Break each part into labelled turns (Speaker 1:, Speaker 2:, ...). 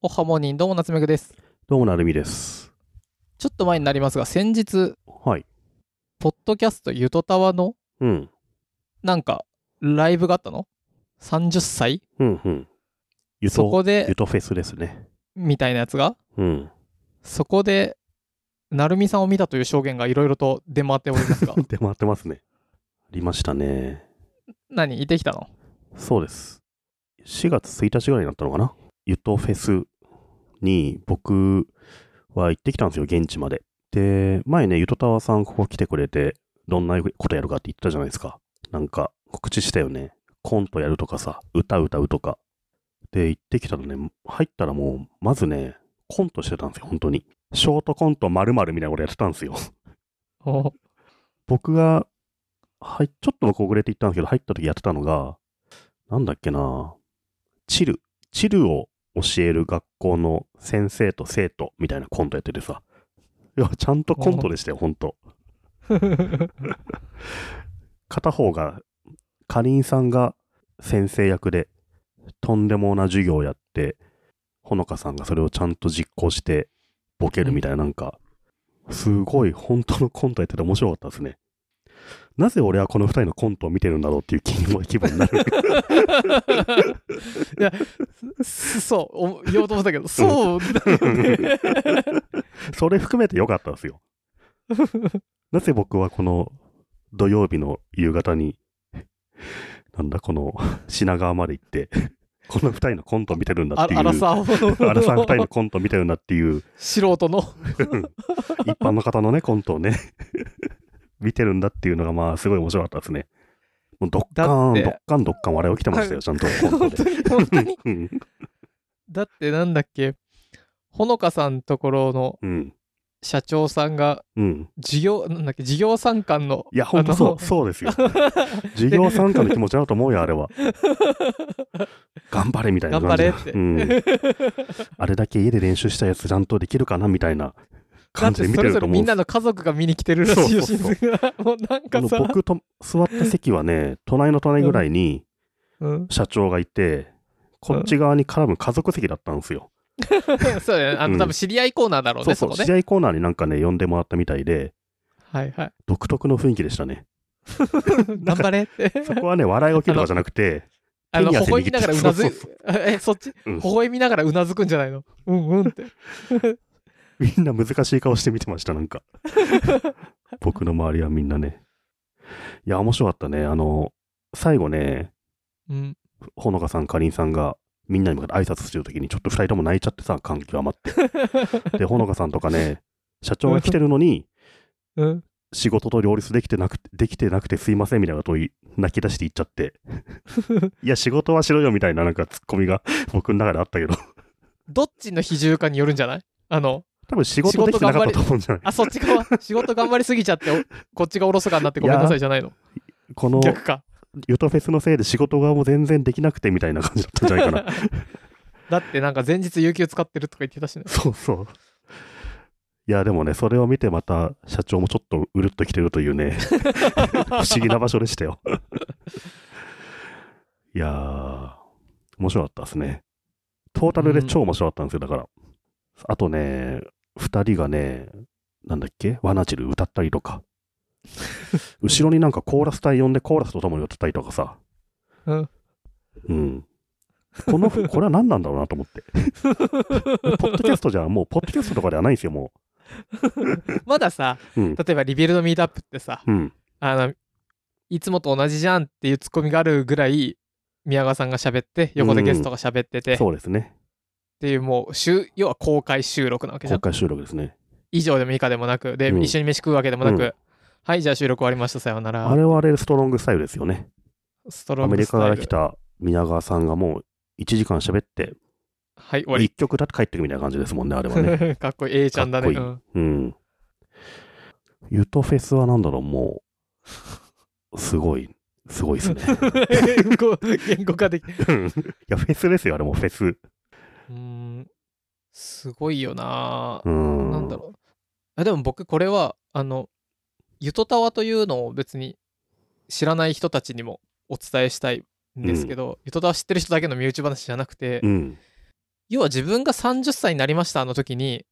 Speaker 1: おはモーニンどうも夏目くです。
Speaker 2: どうもなるみです。
Speaker 1: ちょっと前になりますが、先日、
Speaker 2: はい。
Speaker 1: ポッドキャストゆとたわの、
Speaker 2: うん。
Speaker 1: なんか、ライブがあったの ?30 歳
Speaker 2: うんうん。ゆ、
Speaker 1: そことで
Speaker 2: ゆ、とフェスですね。
Speaker 1: みたいなやつが、
Speaker 2: うん。、
Speaker 1: そこで、なるみさんを見たという証言がいろいろと出回っておりますが
Speaker 2: 出回ってますね。ありましたね。
Speaker 1: 何行ってきたの
Speaker 2: そうです。4月1日ぐらいになったのかなゆとフェスに僕は行ってきたんですよ、現地まで。で、前ね、ゆとたわさんここ来てくれて、どんなことやるかって言ってたじゃないですか。なんか告知したよね。コントやるとかさ、歌歌うとか。で、行ってきたらね、入ったらもう、まずね、コントしてたんですよ、本当に。ショートコント〇〇みたいなことやってたんですよ。
Speaker 1: お
Speaker 2: 僕が、はい、ちょっと僕遅れて行ったんですけど、入った時やってたのが、なんだっけなチル。チルを教える学校の先生と生徒みたいなコントやっててさ。いや、ちゃんとコントでしたよ、ほんと。片方が、かりんさんが先生役で、とんでもな授業をやって、ほのかさんがそれをちゃんと実行して、ボケるみたいな、なんか、すごい本当のコントやってて面白かったですね。なぜ俺はこの二人のコントを見てるんだろうっていう気分気分にな る。
Speaker 1: いや、すそう、お言おうと思ったけど、そうだよね。
Speaker 2: それ含めて良かったですよ。なぜ僕はこの土曜日の夕方に、なんだこの品川まで行って、この二人のコントを見てるんだ
Speaker 1: あ
Speaker 2: っていう。
Speaker 1: アラサーを
Speaker 2: アラサー二人のコントを見てるんだっていう、
Speaker 1: 素人の。
Speaker 2: 一般の方のね、コントをね、 見てるんだっていうのが、まあ、すごい面白かったですね。もうドッカー
Speaker 1: だっ
Speaker 2: ン、
Speaker 1: て
Speaker 2: ドッカン、ドッカン、笑い起きてましたよ、ちゃんとコン
Speaker 1: 本
Speaker 2: ト
Speaker 1: 当
Speaker 2: で。
Speaker 1: に、本当に。
Speaker 2: うん
Speaker 1: だってなんだっけ、ほのかさんところの
Speaker 2: うん。
Speaker 1: 社長さんが
Speaker 2: うん。
Speaker 1: 事業なんだっけ事業参観の
Speaker 2: いや、本当そ
Speaker 1: あの
Speaker 2: う、そうですよ。 授業参加の気持ちだと思うよ、あれは。頑張れみたいな感じ
Speaker 1: 頑張れって
Speaker 2: うん、あれだけ家で練習したやつちゃんとできるかなみたいな
Speaker 1: だっ
Speaker 2: 感
Speaker 1: て
Speaker 2: じで見
Speaker 1: それ
Speaker 2: てる
Speaker 1: ぞ
Speaker 2: と
Speaker 1: れ
Speaker 2: 思
Speaker 1: み
Speaker 2: うん
Speaker 1: ん
Speaker 2: で
Speaker 1: なの家族が見に来てるらしいよ
Speaker 2: そ
Speaker 1: 新
Speaker 2: うそう
Speaker 1: 宿がもうなん
Speaker 2: す
Speaker 1: かさ
Speaker 2: あの僕と座った席はね隣の隣ぐらいに
Speaker 1: うん、
Speaker 2: 社長がいてこっち側に絡む家族席だったんですよ、
Speaker 1: そうだよねあの、
Speaker 2: うん
Speaker 1: 多分知り合いコーナーだろう
Speaker 2: そう
Speaker 1: ね
Speaker 2: そ
Speaker 1: そうこ
Speaker 2: 試
Speaker 1: ね
Speaker 2: 合コーナーになんかね呼んでもらったみたいで
Speaker 1: はいはい
Speaker 2: 独特の雰囲気でし たね
Speaker 1: 頑張れって
Speaker 2: そこはね笑い起きるとかじゃなくて
Speaker 1: あの
Speaker 2: 手
Speaker 1: 微
Speaker 2: に汗
Speaker 1: 笑
Speaker 2: 握
Speaker 1: み
Speaker 2: って
Speaker 1: ながらうなず
Speaker 2: そ
Speaker 1: いう
Speaker 2: そ
Speaker 1: えそっち
Speaker 2: うん
Speaker 1: 微笑みながらうなずくんじゃないのうんうんって
Speaker 2: みんな難しい顔して見てました、な んか。僕の周りはみんなね。いや、面白かったね。あの、最後ね、
Speaker 1: うん
Speaker 2: ほのかさん、かりんさんが、みんなに向かって挨拶してるときに、ちょっと二人とも泣いちゃってさ、感極 まって。で、ほのかさんとかね、社長が来てるのに、
Speaker 1: うん
Speaker 2: 仕事と両立できてなくて、できてなくてすいませんみたいなことを言い泣き出して言っちゃ って。いや、仕事はしろよみたいな、なんかツッコミが僕の中であったけど、
Speaker 1: どっちの比重かによるんじゃないあの
Speaker 2: 多分仕事できてなかったと思うんじゃない
Speaker 1: あそっち 側仕事頑張りすぎちゃっておこっちがおろそかになってごめんなさいじゃないの
Speaker 2: この
Speaker 1: 逆か
Speaker 2: ゆとフェスのせいで仕事がもう全然できなくてみたいな感じだったんじゃないかな。
Speaker 1: だってなんか前日有給使ってるとか言ってたしね
Speaker 2: そうそう。いや、でもね、それを見てまた社長もちょっとうるっときてるとい うね、不思議な場所でしたよ。いやー、面白かったですね。トータルで超面白かったんですよ、だから。あとね、二人がね、なんだっけ、ワナチル歌ったり とか。後ろになんかコーラス隊呼んでコーラスと共に歌ったりとかさ。
Speaker 1: うん
Speaker 2: うん。この、これは何なんだろうなと思って。ポッドキャストじゃもう、ポッドキャストとかではないんですよ、も
Speaker 1: まださ
Speaker 2: う。うん。
Speaker 1: 例えばリビルドミートアップってさ
Speaker 2: うん。
Speaker 1: あのいつもと同じじゃんっていうツッコミがあるぐらい宮川さんが喋って横でゲストが喋っててっ
Speaker 2: そうですね。
Speaker 1: ていうもう週要は公開収録なわけじゃ
Speaker 2: 公
Speaker 1: ん
Speaker 2: 開収録ですね。
Speaker 1: 以上でも以下でもなくで、
Speaker 2: うん
Speaker 1: 一緒に飯食うわけでもなく、
Speaker 2: うん
Speaker 1: はいじゃあ収録終わりましたさような
Speaker 2: あ
Speaker 1: ら
Speaker 2: れはあれ、ストロングスタイルですよね。
Speaker 1: ストロ
Speaker 2: ア
Speaker 1: ング
Speaker 2: メリ
Speaker 1: スタ
Speaker 2: カ
Speaker 1: イル
Speaker 2: から来た宮川さんがもう1時間喋って、
Speaker 1: はい終わ
Speaker 2: 1
Speaker 1: り
Speaker 2: 曲だって帰ってくるみたいな感じですもんね、あれは ね。
Speaker 1: かっこいい A ちゃん だね
Speaker 2: かっこいいうん。ゆとフェスはなんだろう、もう、すごい、すご いですね。
Speaker 1: うんこう言語化でき
Speaker 2: うんいや、フェスですよ、あれもフェス。
Speaker 1: うーんすごいよな、
Speaker 2: うん。
Speaker 1: なんだろうあでも僕これはあのゆとたわというのを別に知らない人たちにもお伝えしたいんですけど、ゆとたわ知ってる人だけの身内話じゃなくて、
Speaker 2: うん。
Speaker 1: 要は自分が30歳になりましたの時に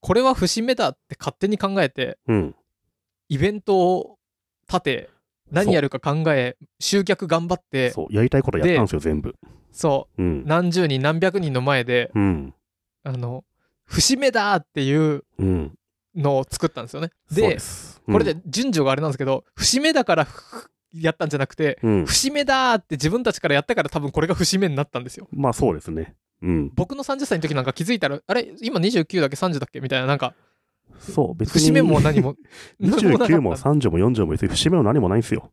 Speaker 1: これは節目だって勝手に考えて
Speaker 2: うん。
Speaker 1: イベントを立て何やるか考え集客頑張ってそう
Speaker 2: そう、やりたいことやったんですよ、全部。うん。
Speaker 1: 何十人何百人の前で
Speaker 2: うん。
Speaker 1: あの節目だっていう
Speaker 2: うん。
Speaker 1: のを作ったんですよね。
Speaker 2: そう。
Speaker 1: ですこれで順序があれなんですけど節目だからふやったんじゃなくて
Speaker 2: うん、うん。
Speaker 1: 節目だって自分たちからやったから多分これが節目になったんですよ。
Speaker 2: まあそうですね。うん。
Speaker 1: 僕の30歳の時なんか気づいたらあれ今29だっけ30だっけみたいななんか
Speaker 2: そう、別に。
Speaker 1: 節目 も 何も何なかった
Speaker 2: 29も30も40も別に節目も何もないんですよ。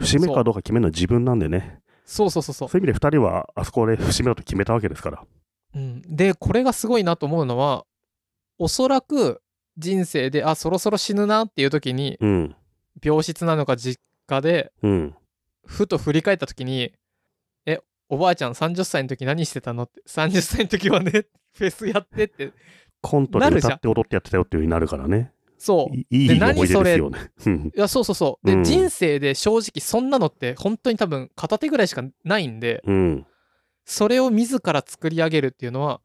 Speaker 2: 節目かどうか決めるのは自分なんでね。
Speaker 1: そうそうそうそう
Speaker 2: そういう意味で2人はあそこで節目だと決めたわけですから。
Speaker 1: うん、でこれがすごいなと思うのはおそらく人生であそろそろ死ぬなっていう時に
Speaker 2: うん。
Speaker 1: 病室なのか実家で
Speaker 2: うん。
Speaker 1: ふと振り返った時に「えおばあちゃん30歳の時何してたの?」って「30歳の時はね フェスやって」って
Speaker 2: コントで
Speaker 1: なるじゃん
Speaker 2: 歌って踊ってやってたよっていう風になるからね。
Speaker 1: そう
Speaker 2: いいい
Speaker 1: で
Speaker 2: い思い出
Speaker 1: 何
Speaker 2: ですよね。うん
Speaker 1: いやそうそうそうで、
Speaker 2: うん
Speaker 1: 人生で正直そんなのって本当に多分片手ぐらいしかないんで
Speaker 2: うん。
Speaker 1: それを自ら作り上げるっていうのは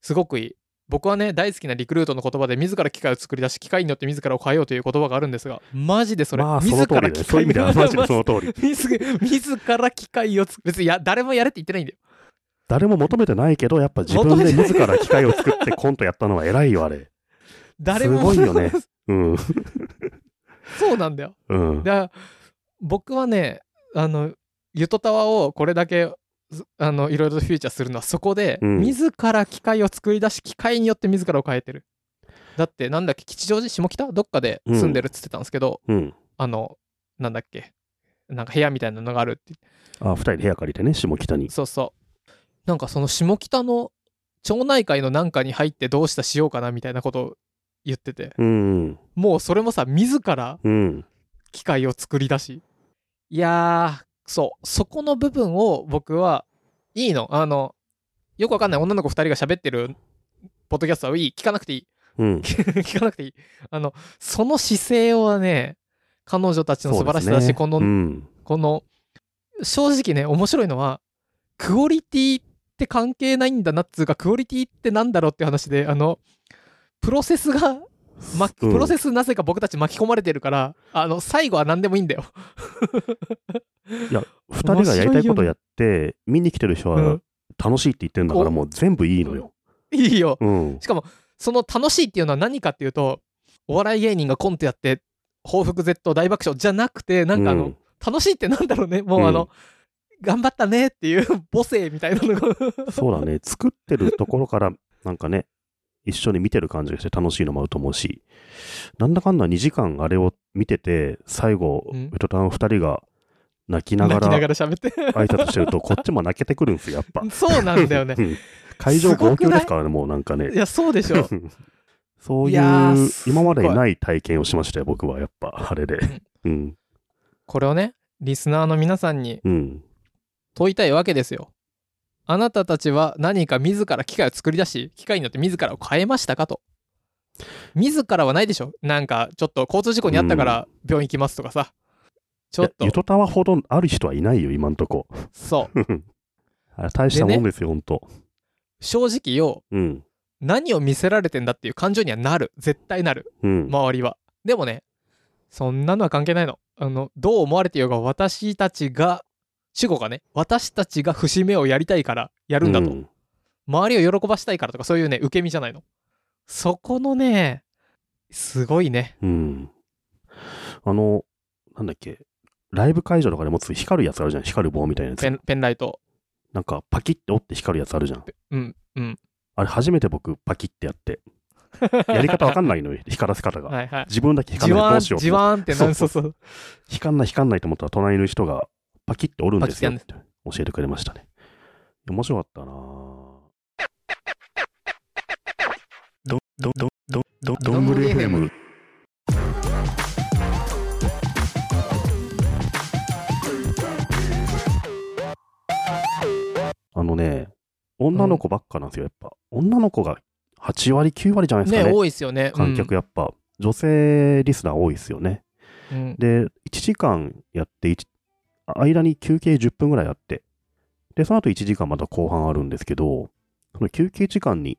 Speaker 1: すごくいい僕はね大好きなリクルートの言葉で自ら機械を作り出し機械によって自らを変えようという言葉があるんですがマジでそれ、
Speaker 2: まあそ
Speaker 1: 自
Speaker 2: の通りだ
Speaker 1: ら
Speaker 2: ね。
Speaker 1: 機
Speaker 2: そう
Speaker 1: 械
Speaker 2: いう意味ではマジでその通り。
Speaker 1: 自 自ら機械を作別にや誰もやれって言ってないんだよ
Speaker 2: 誰も求めてないけど、やっぱ自分で自ら機械を作ってコントやったのは偉いよ、あれ。
Speaker 1: 誰も
Speaker 2: すごい よねうん。
Speaker 1: そうなんだよ
Speaker 2: うん。
Speaker 1: だから僕はねあのゆとたわをこれだけずあのいろいろとフィーチャーするのはそこで、
Speaker 2: うん
Speaker 1: 自ら機械を作り出し機械によって自らを変えてるだってなんだっけ吉祥寺下北どっかで住んでるっつってたんですけど、
Speaker 2: うん。
Speaker 1: あのなんだっけなんか部屋みたいなのがあるって
Speaker 2: あ、二人で部屋借りてね、下北に。
Speaker 1: そうそうなんかその下北の町内会のなんかに入ってどうしたしようかなみたいなことを言ってて
Speaker 2: うん。
Speaker 1: もうそれもさ自ら
Speaker 2: うん。
Speaker 1: 機械を作り出しいやーそうそこの部分を僕はいいのあのよくわかんない女の子2人が喋ってるポッドキャストはいい聞かなくてい い
Speaker 2: うん。
Speaker 1: 聞かなくていいあのその姿勢はね彼女たちの素晴らしさだ
Speaker 2: そう
Speaker 1: し、
Speaker 2: ですね
Speaker 1: この、
Speaker 2: うん。
Speaker 1: この正直ね面白いのはクオリティって関係ないんだなっつうかクオリティってなんだろうって話であのプロセスが、ま、
Speaker 2: うん
Speaker 1: プロセスなぜか僕たち巻き込まれてるからあの最後は何でもいいんだよ
Speaker 2: 二人がやりたいことやって、見に来てる人
Speaker 1: う
Speaker 2: は
Speaker 1: ん
Speaker 2: 楽しいって言ってるんだから、
Speaker 1: お
Speaker 2: もう全部いいのよ。
Speaker 1: いいよ
Speaker 2: うん。
Speaker 1: しかもその楽しいっていうのは何かっていうとお笑い芸人がコントやって報復絶倒大爆笑じゃなくてなんかあの、
Speaker 2: うん
Speaker 1: 楽しいってなんだろうねもうあの、
Speaker 2: うん
Speaker 1: 頑張ったねっていう 母性みたいな のが
Speaker 2: そうだ ね。作ってるところから、なんかね、一緒に見てる感じがして楽しいのもあると思うし、なんだかんだ2時間あれを見てて、最後、
Speaker 1: うん
Speaker 2: ウトタン2人が泣きなが
Speaker 1: 泣きなが
Speaker 2: ら
Speaker 1: ら喋っ て
Speaker 2: 挨拶してると、こっちも泣けてくるんですよ、やっぱ。
Speaker 1: そうなんだよ ね
Speaker 2: うん会場
Speaker 1: す
Speaker 2: 号
Speaker 1: ごく
Speaker 2: 泣
Speaker 1: ない
Speaker 2: ですからね、もうなんかね
Speaker 1: い。やそうでしょ
Speaker 2: そうい
Speaker 1: いやー
Speaker 2: う、
Speaker 1: すごい
Speaker 2: 今までにない体験をしましたよ、僕は、やっぱ、あれで。うん。
Speaker 1: これをねリスナーの皆さんに
Speaker 2: うん。
Speaker 1: 問いたいわけですよあなたたちは何か自ら機械を作り出し機械によって自らを変えましたかと自らはないでしょなんかちょっと交通事故にあったから病院行きますとかさ、ちょっ
Speaker 2: いやゆ
Speaker 1: と
Speaker 2: とたわほどある人はいないよ、今んとこ。
Speaker 1: そう
Speaker 2: あれ大したもんですよ、ほんと。
Speaker 1: 正直よ
Speaker 2: うん。
Speaker 1: 何を見せられてんだっていう感情にはなる絶対なる
Speaker 2: うん。
Speaker 1: 周りはでもねそんなのは関係ないのあのどう思われてようが私たちが主語がね私たちが節目をやりたいからやるんだと、
Speaker 2: うん
Speaker 1: 周りを喜ばしたいからとかそういうね受け身じゃないのそこのねすごいね
Speaker 2: うん。あの、なんだっけ、ライブ会場とかで持つ光るやつあるじゃん、光る棒みたいなや
Speaker 1: ペ
Speaker 2: つ。
Speaker 1: ンペンライト
Speaker 2: なんか、パキッて折って光るやつあるじゃん。
Speaker 1: うんうん
Speaker 2: あれ、初めて僕、パキッて やって。やり方わかんないのよ、光らせ方が。
Speaker 1: はいはい
Speaker 2: 自分だけ
Speaker 1: じ
Speaker 2: 光らない
Speaker 1: わ
Speaker 2: ど
Speaker 1: ーん
Speaker 2: うしようと
Speaker 1: じわーんってなん
Speaker 2: そ
Speaker 1: そううそう
Speaker 2: 光んない、光んないと思ったら、隣の人が、パキッて折るんですよ
Speaker 1: パ
Speaker 2: って教えてくれましたね。面白かったなぁど、ど、ど、ど、ど、どんぐり FM。あのね、女の子ばっかなんですよ、やっぱ。女の子が8割、9割じゃないです
Speaker 1: ね
Speaker 2: かね。
Speaker 1: 多いですよね
Speaker 2: 観客やっぱ、女性リスナー多いですよね。
Speaker 1: うんうん
Speaker 2: で、1時間やって、一間に休憩10分ぐらいあって、で、その後1時間また後半あるんですけど、そその休憩時間に、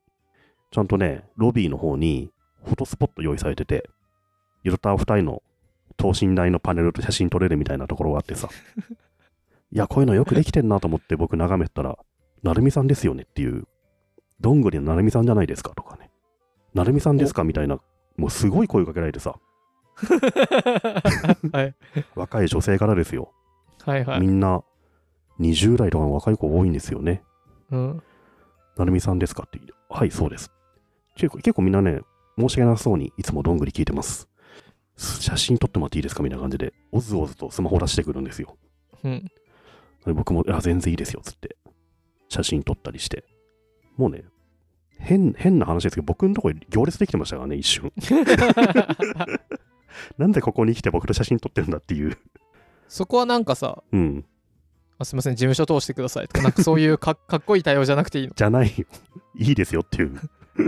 Speaker 2: ちゃんとね、ロビーの方に、フォトスポット用意されてて、ゆとたわ2人の等身大のパネルと写真撮れるみたいなところがあってさ、いや、こういうのよくできてんなと思って僕眺めてたら、なるみさんですよねっていう、どんぐりのなるみさんじゃないですかとかね、なるみさんですかみたいな、もうすごい声かけられてさ、
Speaker 1: はい
Speaker 2: 若い女性からですよ。
Speaker 1: はいは
Speaker 2: み
Speaker 1: い。
Speaker 2: んな20代とかの若い子多いんですよね。
Speaker 1: うん。
Speaker 2: なるみさんですかって言ってはい、そうです。結構結構みんなね、申し訳なさそうにいつもどんぐり聞いてます。す写真撮ってもらっていいですかみたいな感じで、おずおずとスマホ出してくるんですよ。
Speaker 1: うん。
Speaker 2: で僕も、いや、全然いいですよ、つって。写真撮ったりして。もうね、変、変な話ですけど、僕のとこに行列できてましたからね、一瞬。 なんでここに来て僕と写真撮ってるんだっていう。
Speaker 1: そこはなんかさ、
Speaker 2: うん。
Speaker 1: あすみません、事務所通してくださいとか、なんかそういうか かっこいい対応じゃなくていいの。
Speaker 2: じゃないよ。いいですよっていう。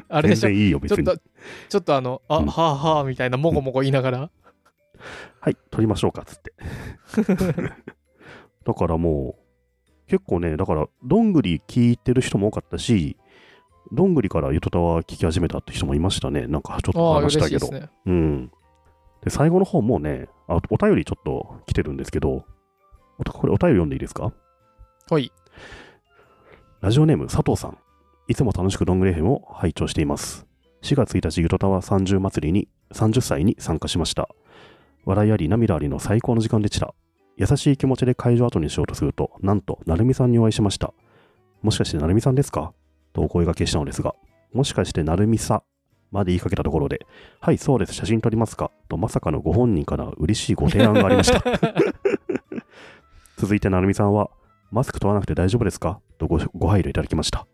Speaker 1: あれでしょ
Speaker 2: 全然いい
Speaker 1: ち
Speaker 2: よ、
Speaker 1: ょ
Speaker 2: 別
Speaker 1: っ
Speaker 2: に。
Speaker 1: と、ちょっとあの、あ、
Speaker 2: うん
Speaker 1: はあはあみたいな、もごもご言いながら。
Speaker 2: はい、撮りましょうか、つ って。だからもう、結構ね、だから、どんぐり聞いてる人も多かったし、どんぐりからゆとたわ聞き始めたって人もいましたね。なんかちょっ
Speaker 1: あ
Speaker 2: と
Speaker 1: あ、
Speaker 2: 話し
Speaker 1: 嬉
Speaker 2: た
Speaker 1: しい
Speaker 2: け
Speaker 1: で
Speaker 2: ど。
Speaker 1: すね。
Speaker 2: うん。で、最後の方もうね、あお便りちょっと来てるんですけど、おたこれお便り読んでいいですか
Speaker 1: はい。
Speaker 2: ラジオネーム佐藤さん。いつも楽しくどんぐり FM を拝聴しています。4月1日、ゆとたわ30祭りに、30歳に参加しました。笑いあり涙ありの最高の時間でした。優しい気持ちで会場後にしようとすると、なんと、なるみさんにお会いしました。もしかしてなるみさんですかとお声掛けしたのですが、もしかしてなるみさまで言いかけたところで、はい、そうです、写真撮りますかとまさかのご本人から嬉しいご提案がありました。 続いてなるみさんは、マスク取らなくて大丈夫ですかとごご配慮いただきました。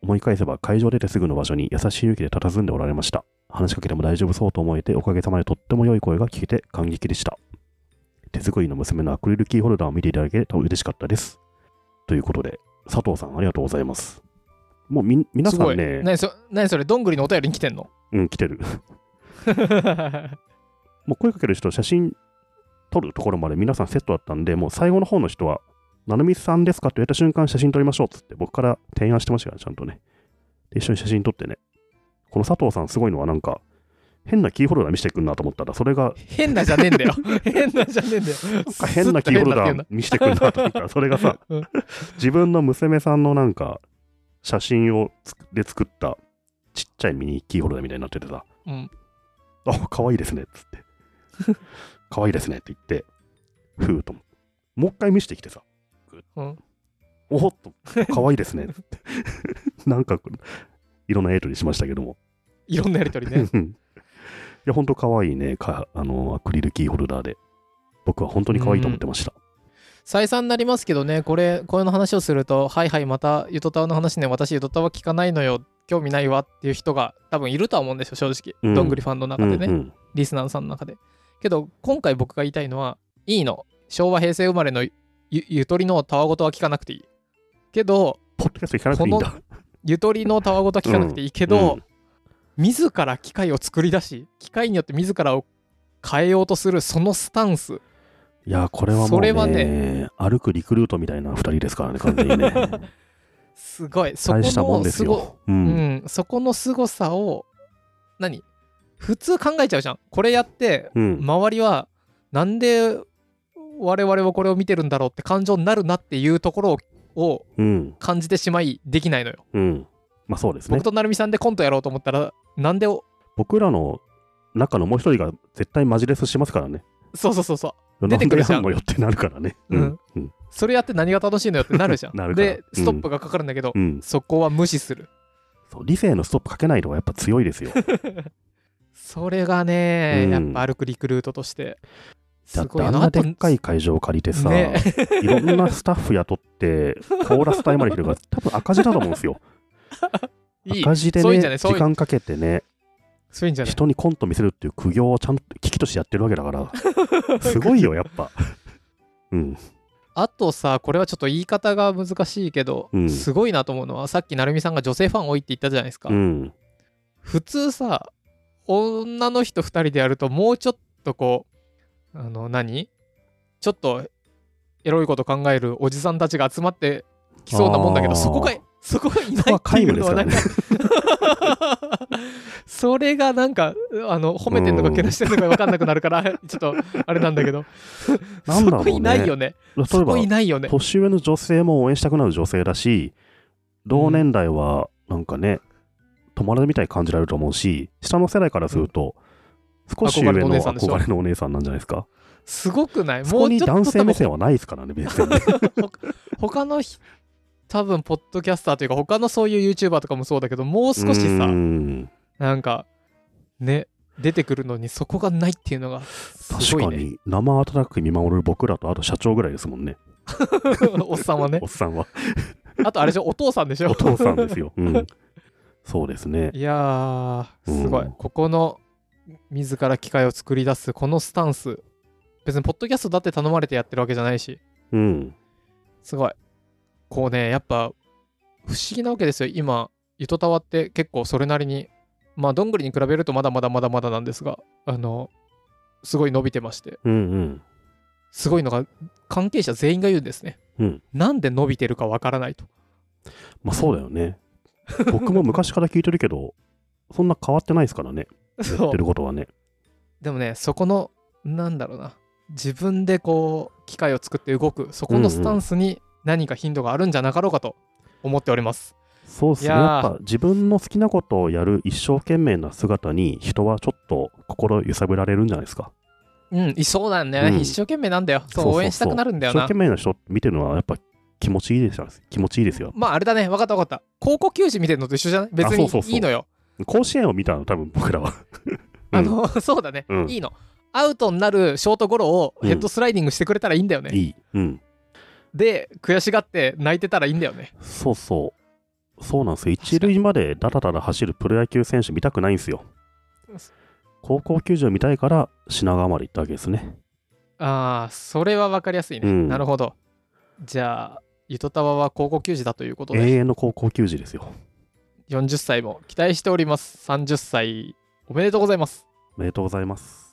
Speaker 2: 思い返せば会場出てすぐの場所に優しい勇気で佇んでおられました。話しかけても大丈夫そうと思えておかげさまでとっても良い声が聞けて感激でした。手作りの娘のアクリルキーホルダーを見ていただけた嬉しかったです。ということで、佐藤さんありがとうございます。もうみん皆
Speaker 1: す
Speaker 2: さ
Speaker 1: ご
Speaker 2: ん
Speaker 1: い。
Speaker 2: ね、
Speaker 1: 何そ何それ、どんぐりのお便りに来てんの
Speaker 2: うん、来てる。 もう声かける人、写真撮るところまで皆さんセットだったんで、もう最後の方の人は、ななみさんですかって言った瞬間、写真撮りましょうっつって、僕から提案してましたから、ちゃんとね。で、一緒に写真撮ってね。この佐藤さん、すごいのは、なんか、変なキーホルダー見せてくんなと思ったら、それが、
Speaker 1: 変なじゃねえんだよ。 変なじゃねえんだよ。
Speaker 2: なんか変なキーホルダ
Speaker 1: すっと
Speaker 2: ー見せてくんなと思ったら、それが さ、
Speaker 1: 変なっていうな
Speaker 2: 自分の娘さんのなんか、写真をつくで作ったちっちゃいミニキーホルダーみたいになっててさ、
Speaker 1: うんうん。
Speaker 2: あ、可愛いですね、つって。 可愛いですねって言って、ふうとも。もう一回見せてきてさ、
Speaker 1: うん
Speaker 2: おっと、可愛いですね、つって。 なんか、いろんなエイトにしましたけども。
Speaker 1: いろんなやりとりね。
Speaker 2: いや、ほんと可愛いね、かあの、アクリルキーホルダーで。僕は本当に可愛いと思ってました。
Speaker 1: 再三になりますけどね、これ、これの話をすると、はいはい、またゆとたわの話ね、私ゆとたわ聞かないのよ、興味ないわっていう人が多分いるとは思うんですよ、正直。
Speaker 2: うん
Speaker 1: どんぐりファンの中でね、
Speaker 2: うんうん
Speaker 1: リスナーさんの中で。けど、今回僕が言いたいのは、いいの。昭和、平成生まれのゆゆとりのたわごとは聞かなくていい。けど、
Speaker 2: ポッドキャスト行かなくていいんだ。
Speaker 1: ゆとりのたわごとは聞かなくていいけど、
Speaker 2: うん
Speaker 1: 自ら機械を作り出し機械によって自らを変えようとするそのスタンス
Speaker 2: いや、これはもう、ね、
Speaker 1: それは
Speaker 2: 歩くリクルートみたいな二人ですからね、完全にね。
Speaker 1: すごい そこ
Speaker 2: 大したもん
Speaker 1: の
Speaker 2: です
Speaker 1: すご
Speaker 2: よ。う。
Speaker 1: うんん、そこの凄さを何普通考えちゃうじゃんこれやって
Speaker 2: うん。
Speaker 1: 周りはなんで我々はこれを見てるんだろうって感情になるなっていうところをを
Speaker 2: うん。
Speaker 1: 感じてしまいできないのよ、
Speaker 2: うん。まあそうですね
Speaker 1: 僕。と成美さんでコントやろうと思ったらなんでお
Speaker 2: 僕らの中のもう一人が絶対マジレスしますからね。
Speaker 1: そうそうそうそう
Speaker 2: 出
Speaker 1: てくるじゃん
Speaker 2: のよってなるからね。
Speaker 1: うん。
Speaker 2: うん。
Speaker 1: それやって何が楽しいのよってなるじゃん
Speaker 2: なるから
Speaker 1: でストップがかかるんだけど、
Speaker 2: うん、
Speaker 1: そこは無視する
Speaker 2: そう理性のストップかけないのがやっぱ強いですよ。
Speaker 1: それがね、
Speaker 2: うん
Speaker 1: やっぱ歩くリクルートとして。す
Speaker 2: だって
Speaker 1: ごい
Speaker 2: あん
Speaker 1: な
Speaker 2: なでっかい会場を借りてさ、
Speaker 1: ね
Speaker 2: いろんなスタッフ雇って、コーラス隊まで来 てるから、多分赤字だと思うんですよ。
Speaker 1: いい
Speaker 2: 赤字で
Speaker 1: そういうん
Speaker 2: ね、
Speaker 1: じゃないそうい
Speaker 2: 時
Speaker 1: うん
Speaker 2: 間かけてね、
Speaker 1: そういうんじゃない
Speaker 2: 人にコント見せるっていう苦行をちゃんと危機としてやってるわけ だから、すごいよ、やっぱ。 うん。
Speaker 1: あとさこれはちょっと言い方が難しいけど、
Speaker 2: うん
Speaker 1: すごいなと思うのはさっき成美さんが女性ファン多いって言ったじゃないですか、
Speaker 2: うん。
Speaker 1: 普通さ女の人2人でやるともうちょっとこうあの何ちょっとエロいこと考えるおじさんたちが集まってきそうなもんだけど
Speaker 2: あー
Speaker 1: そこがそこがいないっていうのはなんか、 それがなんか、あの、褒めてんのかけなしてんのか分かんなくなるから、ちょっと、あれなんだけど、
Speaker 2: なん
Speaker 1: そ
Speaker 2: だろうね
Speaker 1: こいないよね。
Speaker 2: 例え
Speaker 1: そ
Speaker 2: ば
Speaker 1: こいないよね。
Speaker 2: 年上の女性も応援したくなる女性だし同年代はなんかね、友達みたいに感じられると思うし下の世代からすると、少し上
Speaker 1: 憧れのお
Speaker 2: の
Speaker 1: 姉さんでしょ
Speaker 2: 憧れのお姉さんなんじゃないですか
Speaker 1: すごくない
Speaker 2: そ
Speaker 1: も
Speaker 2: こ
Speaker 1: う
Speaker 2: に
Speaker 1: ちょっと
Speaker 2: 男性
Speaker 1: 多分
Speaker 2: 目線はないですからね別にね
Speaker 1: 他のひ多分ポッドキャスターというか他のそういう YouTuber とかもそうだけどもう 少し
Speaker 2: う
Speaker 1: さ
Speaker 2: ん
Speaker 1: なんかね出てくるのにそこがないっていうのがす
Speaker 2: 確
Speaker 1: ご
Speaker 2: か
Speaker 1: いね
Speaker 2: に生温かく見守る僕らとあと社長ぐらいですもんね
Speaker 1: おっさんはね
Speaker 2: おっさんは
Speaker 1: あとあれでしょお父さんでしょ
Speaker 2: お父さんですよ、 うん、そうですね
Speaker 1: いやーすごい、
Speaker 2: うん
Speaker 1: ここの自ら機械を作り出すこのスタンス別にポッドキャストだって頼まれてやってるわけじゃないし
Speaker 2: うん
Speaker 1: すごいこうねやっぱ不思議なわけですよ今ゆとたわって結構それなりにまあどんぐりに比べるとまだまだまだまだなんですがあのすごい伸びてまして
Speaker 2: うんうん
Speaker 1: すごいのが関係者全員が言うんですね、
Speaker 2: うん
Speaker 1: なんで伸びてるかわからないと
Speaker 2: まあそうだよね僕も昔から聞いてるけどそんな変わってないですからね言
Speaker 1: そ
Speaker 2: っ
Speaker 1: う
Speaker 2: てることはね
Speaker 1: でもねそこのなんだろうな自分でこう機械を作って動くそこのスタンスに何か頻度があるんじゃなかろうかと思っております、
Speaker 2: そうですね
Speaker 1: い
Speaker 2: や
Speaker 1: やー
Speaker 2: っぱ自分の好きなことをやる一生懸命な姿に人はちょっと心揺さぶられるんじゃないですか
Speaker 1: うんいそうなんだよね、
Speaker 2: うん
Speaker 1: 一生懸命なんだよそう
Speaker 2: そうそうそう
Speaker 1: 応援したくなるんだよ
Speaker 2: 一
Speaker 1: な
Speaker 2: 生懸命な人見てるのはやっぱ気持ちいいですよ気持ちいいですよ
Speaker 1: まああれだね、分かった分かった。高校球児見てるのと一緒じゃない別に
Speaker 2: そうそうそう
Speaker 1: いいのよ。
Speaker 2: 甲子園を見たの多分僕らはうん
Speaker 1: あの、 そうだね、
Speaker 2: うん
Speaker 1: いいの。アウトになるショートゴロをヘッドスライディングしてくれたらいいんだよね。
Speaker 2: いいうん
Speaker 1: で、悔しがって泣いてたらいいんだよね。
Speaker 2: そうそうそうなんですよ一塁までダラダラ走るプロ野球選手見たくないんですよ高校球児を見たいから品川まで行ったわけですね
Speaker 1: ああ、それは分かりやすいね。
Speaker 2: うん
Speaker 1: なるほど。じゃあ、ゆとたわは高校球児だということ
Speaker 2: 永
Speaker 1: で、
Speaker 2: 遠の高校球児ですよ
Speaker 1: 40歳も期待しております。30歳、おめでとうございます。
Speaker 2: おめでとうございます